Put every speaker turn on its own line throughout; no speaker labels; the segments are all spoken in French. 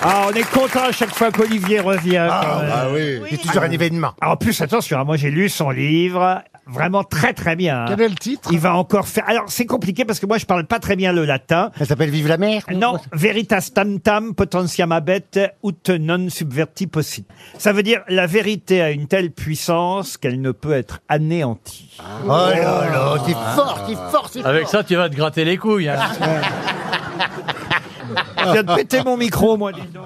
Ah, on est content à chaque fois qu'Olivier revient.
Ah,
Ah,
quand même.
bah
oui. C'est toujours un événement.
Ah, En plus, attention, hein, moi j'ai lu son livre, vraiment très très bien. hein.
Quel est le titre
Il va encore faire. Alors c'est compliqué parce que moi je parle pas très bien le latin.
Ça s'appelle Vive la mer
Non, veritas tam tam potentiam abet ut non subverti possit. Ça veut dire la vérité a une telle puissance qu'elle ne peut être anéantie.
Oh là là, c'est
Ah, bah
fort, c'est fort, c'est fort.
Avec ça, tu vas te gratter les couilles. hein.
Je viens de péter mon micro, moi. dis donc.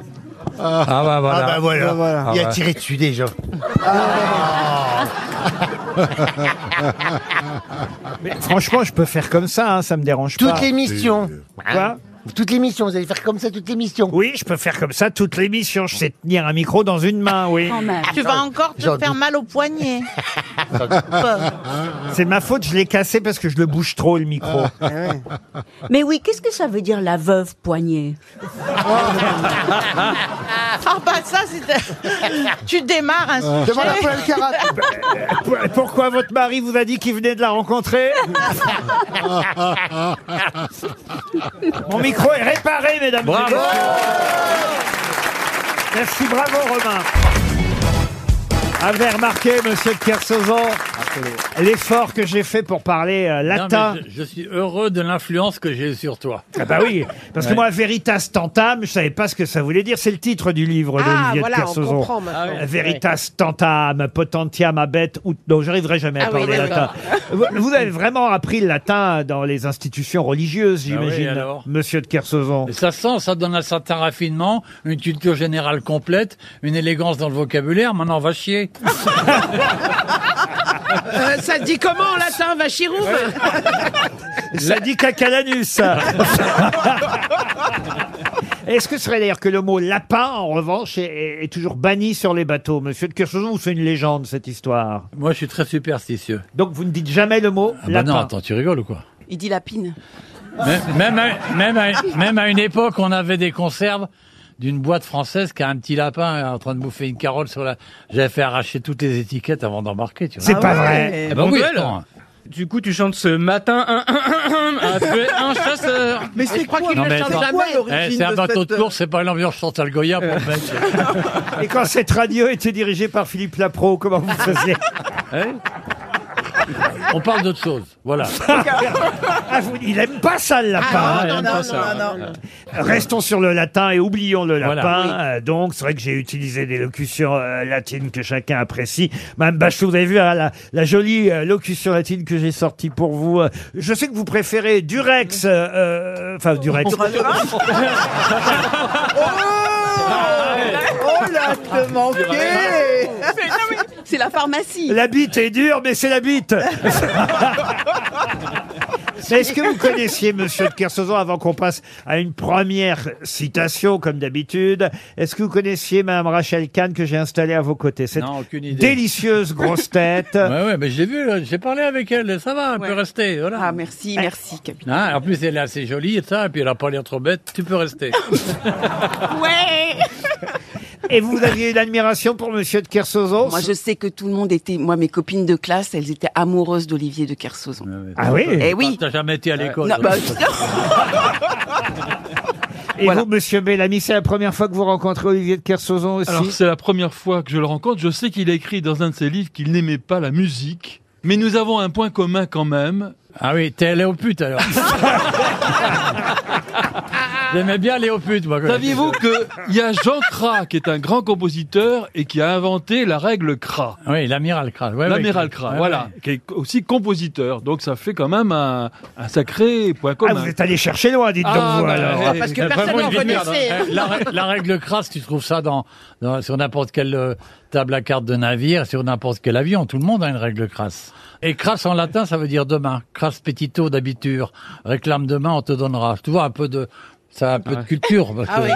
Ah bah
Ah bah voilà, il a
Ah ouais.
tiré dessus déjà.
Mais franchement, je peux faire comme ça, hein, ça me dérange
Toutes
pas.
les missions.
Quoi
Toutes les missions, vous allez faire comme ça toutes les missions.
Oui, je peux faire comme ça toute l'émission. Je sais tenir un micro dans une main, oui.
Tu vas encore te
j'en
faire
doute.
mal au poignet. Pauvre.
C'est ma faute, je l'ai cassé parce que je le bouge trop, le micro.
Ah.
Mais oui, qu'est-ce que ça veut dire la veuve poignée
ah bah ça, c'est... tu démarres un sujet.
Demande à Paul Alcarat.
Pour- Pourquoi votre mari vous a dit qu'il venait de la rencontrer Mon micro est réparé, mesdames et
Bravo
messieurs. Merci, bravo Romain. Avez remarqué, monsieur de Kersauzon, l'effort que j'ai fait pour parler euh,
Non, mais
latin
je, je suis heureux de l'influence que j'ai sur toi.
Ah bah oui, parce que moi, Veritas Tantam, je savais pas ce que ça voulait dire. C'est le titre du livre
Ah
d'Olivier de
voilà, on
Kersauzon.
comprend maintenant. Ah
Veritas tantam, potentiam abet ut. Non, j'arriverai jamais à
Ah oui,
parler latin.
d'accord.
Vous, vous avez vraiment appris le latin dans les institutions religieuses,
Ah oui,
j'imagine,
alors
monsieur de Kersauzon.
Et ça sent, ça donne un certain raffinement, une culture générale complète, une élégance dans le vocabulaire. Maintenant, va chier.
Euh, ça se dit comment en latin, vachiroum
Ça dit cacalanus, ça. Est-ce que ce serait d'ailleurs que le mot lapin, en revanche, est, est- est toujours banni sur les bateaux, monsieur de Kersauzon, ou c'est une légende, cette histoire
Moi, je suis très superstitieux.
Donc vous ne dites jamais le mot
Ah bah
lapin
non, attends, tu rigoles ou quoi
Il dit lapine.
même, même, à, même, à- même à une époque, on avait des conserves d'une boîte française qui a un petit lapin en train de bouffer une carole sur la... J'avais fait arracher toutes les étiquettes avant d'embarquer, tu vois.
C'est pas vrai.
Eh ben oui, attends.
Du coup, tu chantes ce matin un, un, un,
Ah,
un, un, tuer un chasseur. Mais c'est quoi qu'il
Non, mais attends.
jamais
Eh, c'est un bateau de course, c'est pas l'ambiance Chantal Goya pour le mec.
Et quand cette radio était dirigée par Philippe Lapro, comment vous faisiez
On parle d'autre chose. Voilà.
Ah, vous- il aime pas ça, le lapin.
Ah
hein.
non, non, non,
ça.
non, non.
Restons sur le latin et oublions le lapin.
Voilà.
Euh, donc, c'est vrai que j'ai utilisé des locutions euh, latines que chacun apprécie. Madame Bachou, vous avez vu hein, la, la jolie euh, locution latine que j'ai sortie pour vous. Euh, je sais que vous préférez Durex. euh, euh, Enfin, Durex.
Oh là, te manquer
Ah,
C'est la pharmacie.
La bite est dure, mais c'est la bite. Mais Est-ce que vous connaissiez Monsieur de Kersauzon avant qu'on passe à une première citation, comme d'habitude Est-ce que vous connaissiez Madame Rachel Kahn que j'ai installée à vos côtés Cette
Non, aucune idée.
délicieuse grosse tête.
Ouais, ouais, mais j'ai vu, là, j'ai parlé avec elle, ça va, elle peut rester, voilà.
Ah, merci, merci, capitaine.
Hein, en plus, elle est assez jolie et ça, et puis elle a pas l'air trop bête, tu peux rester.
Ouais
Et vous aviez une admiration pour Monsieur de Kersauzon
Moi, je sais que tout le monde était. Moi, mes copines de classe, elles étaient amoureuses d'Olivier de Kersauzon.
Ah oui
Eh oui
T'as jamais été à l'école.
Non,
toi.
bah,
Et vous, Monsieur Bellamy, c'est la première fois que vous rencontrez Olivier de Kersauzon aussi
Alors, c'est la première fois que je le rencontre. Je sais qu'il a écrit dans un de ses livres qu'il n'aimait pas la musique. Mais nous avons un point commun quand même.
Ah oui, t'es allé aux putes alors. J'aimais bien aller aux putes, moi. quand
Saviez-vous qu'il y a Jean Cra, qui est un grand compositeur et qui a inventé la règle Cra
j'étais- Oui, l'amiral Kras. ouais,
L'amiral
ouais.
Cra,
Ouais,
voilà,
ouais.
qui est aussi compositeur. Donc ça fait quand même un, un sacré point
Ah,
commun.
vous êtes allé chercher loin, dites
Ah,
donc vous
bah,
alors.
eh,
Parce que
C'est
personne
vraiment
n'en
une vie de merde,
connaissait.
hein. La, rè- la règle crasse, tu trouves ça dans, dans- sur n'importe quelle euh, table à cartes de navire, sur n'importe quel avion. Tout le monde a une règle crasse. Et crasse en latin, ça veut dire demain. Crasse petito d'habitude. Réclame demain, on te donnera. Tu vois, un peu de, ça a un peu de culture. parce
Ah
que-
oui.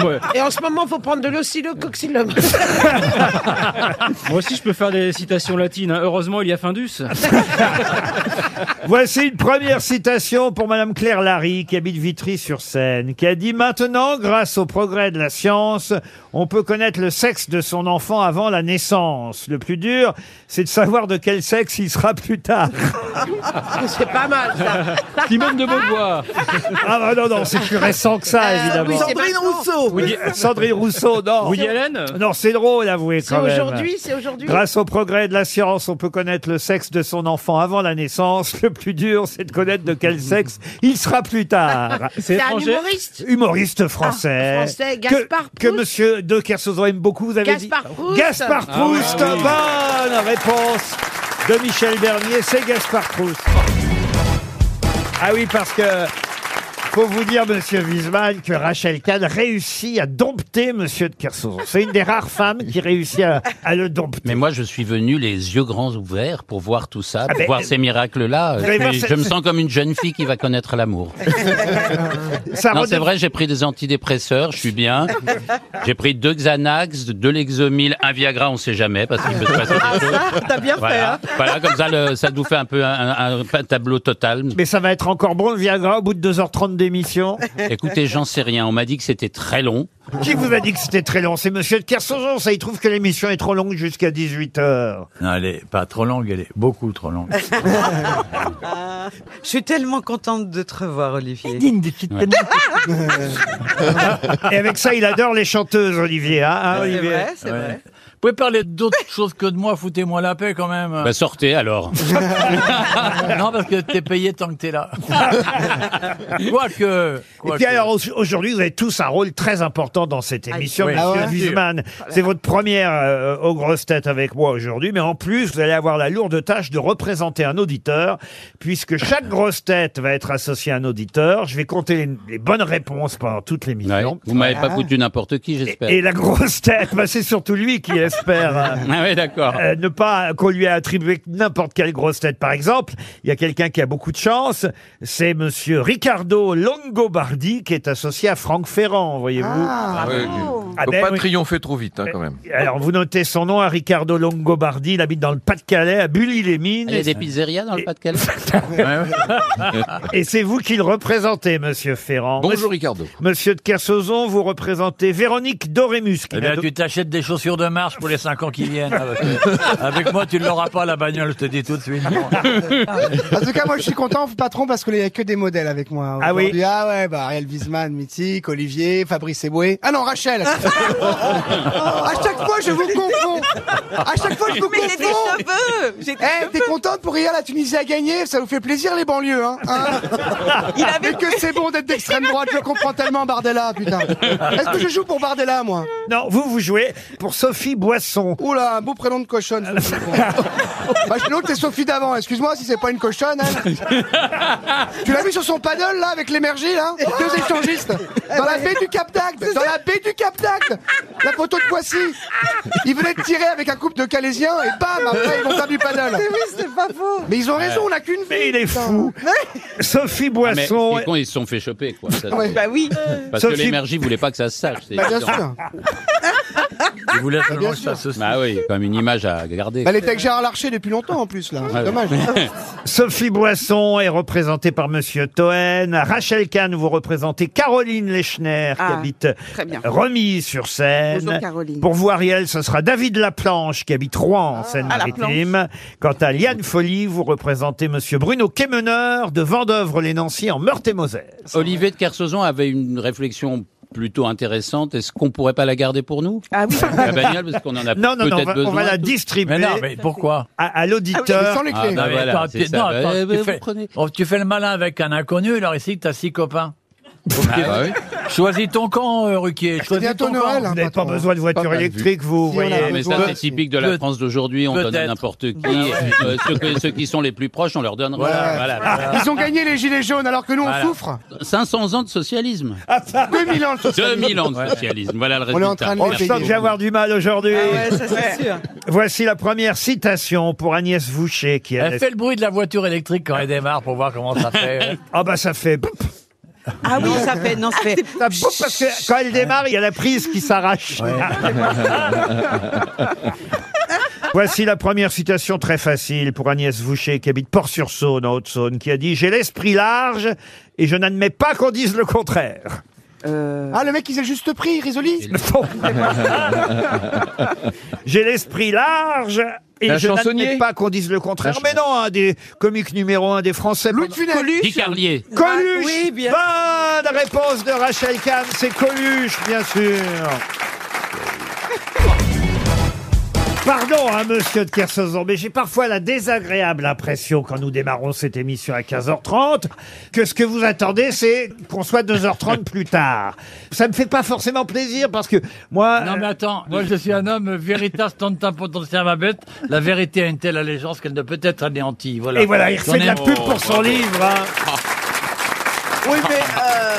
Donc, ouais.
Et en ce moment, faut prendre de l'oscillococylum.
euh,
Moi aussi, je peux faire des citations latines. hein. Heureusement, il y a Findus.
Ah,
Voici une première citation pour Madame Claire Larry, qui habite Vitry-sur-Seine, qui a dit Maintenant, grâce au progrès de la science, on peut connaître le sexe de son enfant avant la naissance. Le plus dur, c'est de savoir de quel sexe il sera plus tard.
C'est pas mal, ça.
Simone de Beauvoir.
Euh,
Ah bah non, non, c'est plus récent que ça, évidemment.
Sandrine Rousseau
Rousseau. Sandrine Rousseau, non.
Woody Allen
Non, c'est drôle, avouez
C'est
quand même.
aujourd'hui, c'est aujourd'hui.
Grâce au progrès de la science, on peut connaître le sexe de son enfant avant la naissance. Le plus dur, c'est de connaître de quel sexe il sera plus tard.
C'est
C'est un
étranger
humoriste.
Humoriste français.
Ah, français,
Que-
Gaspard
Que,
Proust.
monsieur De Kersozo aime beaucoup, vous avez
Gaspard
dit.
Proust.
Gaspard
Ah ouais,
Proust.
ah oui.
Bonne réponse de Michel Bernier, c'est Gaspard Proust. Ah oui, parce que. Faut vous dire, monsieur Wiesmann, que Rachel Kahn réussit à dompter monsieur de Kersauzon. C'est une des rares femmes qui réussit à, à le dompter.
Mais moi, je suis venu les yeux grands ouverts pour voir tout ça, pour
ben,
voir
euh,
ces miracles-là.
allez
Je,
voir,
suis-
c'est-
je me sens comme une jeune fille qui va connaître l'amour.
Ça
Non,
redé-
c'est vrai, j'ai pris des antidépresseurs, je suis bien. J'ai pris deux Xanax, deux Lexomil, un Viagra, on sait jamais, parce qu'il peut se passer des choses.
T'as bien
Voilà, voilà comme ça, le- ça nous fait un peu un, un- un tableau total.
Mais ça va être encore bon le Viagra au bout de 2h30 d'émission.
Écoutez, j'en sais rien. On m'a dit que c'était très long.
Qui vous a dit que c'était très long C'est monsieur de Kersauzon, ça il trouve que l'émission est trop longue jusqu'à 18h.
Non, elle est pas trop longue, elle est beaucoup trop longue.
Je suis tellement contente de te revoir, Olivier.
Et avec ça, il adore les chanteuses, Olivier. hein, hein,
C'est
Olivier
vrai, c'est
Ouais.
vrai.
Vous pouvez parler d'autres choses que de moi, foutez-moi la paix quand même.
Bah, sortez alors.
non, parce que t'es payé tant que t'es là. Quoique.
Et
quoique.
puis alors au- aujourd'hui, vous avez tous un rôle très important dans cette émission,
oui.
Monsieur
Ah ouais
Wiesmann. C'est votre première euh, aux grosses têtes avec moi aujourd'hui, mais en plus, vous allez avoir la lourde tâche de représenter un auditeur, puisque chaque grosse tête va être associée à un auditeur. Je vais compter les, les bonnes réponses pendant toute
Ouais.
l'émission.
Vous m'avez
Ah.
pas foutu n'importe qui, j'espère.
Et la grosse tête, bah, c'est surtout lui qui espère. euh,
Ah oui, d'accord.
Euh, ne pas qu'on lui ait attribué n'importe quelle grosse tête, par exemple. Il y a quelqu'un qui a beaucoup de chance, c'est Monsieur Ricardo Longobardi qui est associé à Franck Ferrand, voyez-vous.
Ah,
Ah ben oui.
triompher trop vite, hein, quand même.
Euh, Alors vous notez son nom à Ricardo Longobardi, il habite dans le Pas-de-Calais, à Bully-les-Mines,
Il y a des pizzerias dans le Pas-de-Calais
et c'est vous qui le représentez, Monsieur Ferrand. Monsieur-
Ricardo.
Monsieur de Kersauzon, vous représentez Véronique Dorémus. qui
Eh
n'a
bien,
d'au-
tu t'achètes des chaussures de marche pour les 5 ans qui viennent. Avec, avec moi, tu ne l'auras pas, la bagnole, je te dis tout de suite.
En tout cas, moi, je suis content, patron, parce qu'il n'y a que des modèles avec moi.
Ah oui.
aujourd'hui. Ah ouais, bah, Ariel Wiesman, mythique, Olivier, Fabrice Eboué. Ah non, Rachel. à chaque fois, je vous confonds. À chaque fois, je vous
Mais j'ai des
confonds.
cheveux J'ai-
Eh, t'es contente pour hier, la Tunisie a gagné, ça vous fait plaisir les banlieues, hein, hein
Il avait
Mais que c'est bon d'être d'extrême droite, je le comprends tellement Bardella, putain. Est-ce que je joue pour Bardella, moi
Non, vous, vous jouez pour Sophie Boisson.
Oula, Oh un beau prénom de cochonne. Sophie. bah, je- L'autre, c'est Sophie d'avant. Excuse-moi si c'est pas une cochonne. hein. tu l'as vu sur son paddle, là, avec l'émergie, là
Oh.
Deux échangistes.
Eh
Dans la
ben,
baie du Cap d'Agde. Dans la baie du Cap d'Agde. La photo de Poissy. Ils venaient de tirer avec un couple de Calaisiens et bam, après, ils vont faire du paddle.
Mais oui, c'est pas faux.
Mais ils ont raison, on n'a qu'une vie.
Mais il est fou.
Ah,
Sophie
mais
Boisson.
ils, con- ils se sont fait choper, quoi. Ça,
Ouais.
c'est-
Bah oui.
Parce
Sophie-
que l'énergie voulait pas que ça se sache. c'est
Bah, bien
évident.
sûr.
Je voulais seulement
bien
que ça se
Bah oui, comme une image à garder.
Bah, elle était avec Gérard Larcher depuis longtemps, en plus, là. C'est dommage.
Sophie Boisson est représentée par Monsieur Toen. Rachel Kahn, vous représentez Caroline Lechner, qui
Ah,
habite
très bien.
Remise sur Seine.
Bonjour, Caroline.
Pour vous, Ariel, ce sera David Laplanche, qui habite
Ah,
Rouen, en Seine-Maritime. Quant à Liane Folly, vous représentez Monsieur Bruno Kemeneur de Vendœuvre-les-Nancy, en Meurthe-et-Moselle.
Olivier de Kersauzon avait une réflexion plutôt intéressante. Est-ce qu'on pourrait pas la garder pour nous
Ah oui.
La bagnole, parce qu'on en a
Non, non, non, on
peut-être
va, on
besoin.
va la
Mais
distribuer
non, mais pourquoi
à, à
Mais
l'auditeur.
sans les
Ah,
clés.
bah,
Non, mais
voilà,
attends,
c'est
t'es-
ça.
non,
Bah,
attends,
eh, bah,
tu,
vous
fais,
prenez.
oh, tu fais le malin avec un inconnu, alors ici que t'as six copains.
Bah,
Choisis ton camp, euh, Ruquier.
C'est
Choisis
bientôt
ton
Noël.
camp.
hein,
Vous n'avez pas
patron.
besoin de voiture
mal vu.
électrique, vous
Si, on a
voyez.
un
Ah, Mais ça,
Peut-
c'est typique de la
peut-
France d'aujourd'hui. On donne à
peut-être.
n'importe
Ah
qui. Euh, ceux, que- ceux qui sont les plus proches, on leur donne. Voilà, voilà.
Ils ont gagné les gilets jaunes alors que nous
Voilà.
on souffre.
500 ans de socialisme.
Ah
2000 ans le socialisme.
2000 ans de socialisme. Voilà le
On
résultat.
est en train de
Oh,
les
je sens que je vais avoir du mal aujourd'hui.
Ah ouais, ça c'est sûr.
Voici la première citation pour Agnès Voucher qui a...
Elle fait Eh, le bruit de la voiture électrique quand elle démarre pour voir comment ça fait.
Ah bah ça fait...
Ah oui, ça fait. Non, ça fait.
Ça boum, parce que quand elle démarre, il y a la prise qui s'arrache. Voici la première citation très facile pour Agnès Voucher qui habite Port-sur-Saône en Haute-Saône qui a dit « J'ai l'esprit large et je n'admets pas qu'on dise le contraire
Euh,
Ah, le mec, il a juste pris, Risoli. ».
J'ai l'esprit large et
Un
je n'admets
chansonnier
pas qu'on dise le contraire. Mais non, un des comiques numéro un des Français. Ah,
Louis de Funès.
Guy Carlier.
Coluche
Oui, bien.
Bonne Bonne réponse de Rachel Kahn, c'est Coluche, bien sûr. Pardon, hein, monsieur de Kersauzon, mais j'ai parfois la désagréable impression, quand nous démarrons cette émission à 15h30, que ce que vous attendez, c'est qu'on soit 2h30 plus tard. Ça me fait pas forcément plaisir, parce que moi...
Non mais attends, moi je suis un homme euh, veritas tantam potentiam abet. La vérité a une telle allégeance qu'elle ne peut être anéantie. Voilà.
euh, Et voilà, il refait de la pub pour son livre. hein.
Oui, mais euh,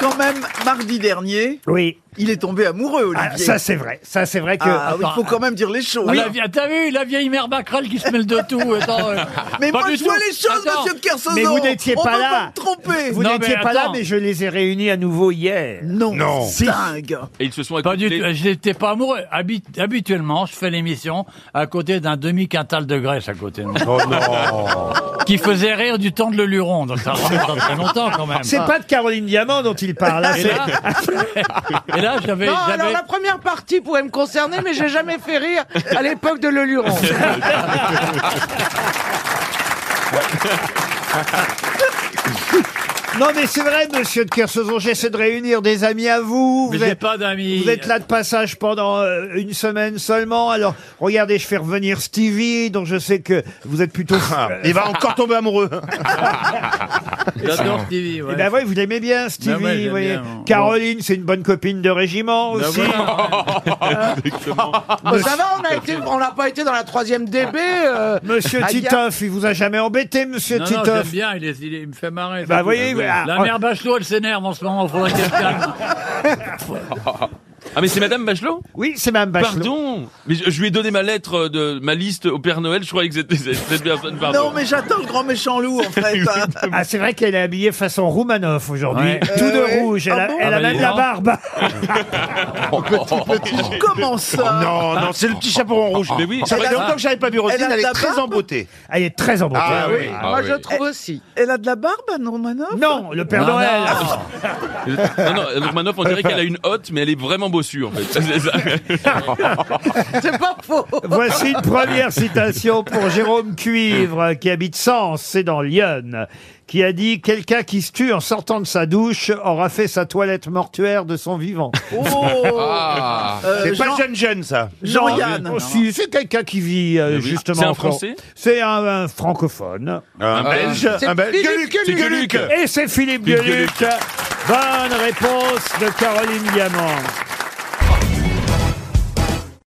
quand même, mardi dernier,
oui.
il est tombé amoureux, Olivier.
Ah, ça, c'est vrai. Ça, c'est vrai que-
Ah, oui, il faut
Attends,
quand même dire les choses.
Ah, la vie- T'as vu la vieille mère Bacral qui se mêle de tout attends, euh,
Mais
pas
moi,
du
je vois
tout.
les choses,
Attends.
monsieur de Kersauzon.
Mais vous n'étiez
On
pas
peut
là.
pas me tromper.
Vous n'étiez pas là, mais je les ai réunis à nouveau hier.
Non,
Non.
c'est dingue.
Et ils se sont
Pas du tout. J'étais pas amoureux. Habit- habituellement, je fais l'émission à côté d'un demi-quintal de graisse à côté de moi.
Oh non.
Qui faisait rire du temps de le Luron. Donc ça remonte à très longtemps quand même.
C'est pas de Caroline Diamant dont il parle. hein,
Et
c'est-
Et là, j'avais.
Non,
j'avais-
alors la première partie pouvait me concerner, mais j'ai jamais fait rire à l'époque de Leluron.
Non, mais c'est vrai, monsieur de Kersauzon, j'essaie de réunir des amis à vous.
Mais
vous
j'ai
êtes,
pas d'amis.
Vous êtes là de passage pendant euh, une semaine seulement. Alors, regardez, je fais revenir Stevie, donc je sais que vous êtes plutôt...
Ah,
Il va encore tomber amoureux.
J'adore Stevie, ouais.
Eh ben oui, vous l'aimez bien, Stevie.
Ben ouais, je l'aime
vous voyez.
bien, moi.
Caroline, c'est une bonne copine de régiment
Ben
aussi.
Bon, ça va, on a été- on n'a pas été dans la troisième DB. euh,
Monsieur
à
Titoff, il vous a jamais embêté, monsieur
Non, non,
Titoff.
j'aime bien, il, est- il est- il me fait marrer.
Bah,
c'est tout.
voyez, voilà.
La mère Bachelot, elle s'énerve en ce moment, faudrait qu'elle se calme.
Ah mais c'est Madame Bachelot
Oui, c'est Madame Bachelot.
Pardon, mais je, je lui ai donné ma lettre euh, de ma liste au Père Noël. Je croyais que c'était cette personne. Pardon.
Non, mais j'attends le grand méchant loup, en fait. hein.
Ah, c'est vrai qu'elle est habillée façon Roumanoff aujourd'hui.
Ouais.
Tout de
Euh, ouais.
rouge. Elle a,
Ah bon
elle a
Ah bah,
même
dis
la
donc.
barbe.
Comment
Oh,
ça
Non, non, c'est le petit chaperon rouge.
Mais oui,
ça fait
elle a-
longtemps que j'avais pas vu Roselyne,
elle a
elle est
la
très
barbe
emboîtée.
Elle est très embêtée.
Ah oui. Ah
Moi,
oui.
je trouve aussi.
Elle a de la barbe, Anne Romanoff
Non, le Père Noël.
Non, non, donc Manoff, on dirait qu'elle a une hotte, mais elle est vraiment bossue en fait. C'est ça.
C'est pas faux.
Voici une première citation pour Jérôme Cuivre, qui habite Sens, c'est dans l'Yonne, qui a dit « Quelqu'un qui se tue en sortant de sa douche aura fait sa toilette mortuaire de son vivant
Oh Euh,
c'est
Jean-
pas jeune jeune ça. ».
Jean-Yann.
Oh, si, c'est quelqu'un qui vit euh,
Mais oui.
justement.
C'est un
encore.
Français
C'est un, un francophone.
Un belge,
C'est
un belge.
Philippe
Gueuluc,
C'est
Gueuluc.
Gueuluc.
Et c'est Philippe
Philippe
Gueluc. Bonne réponse de Caroline Diamant.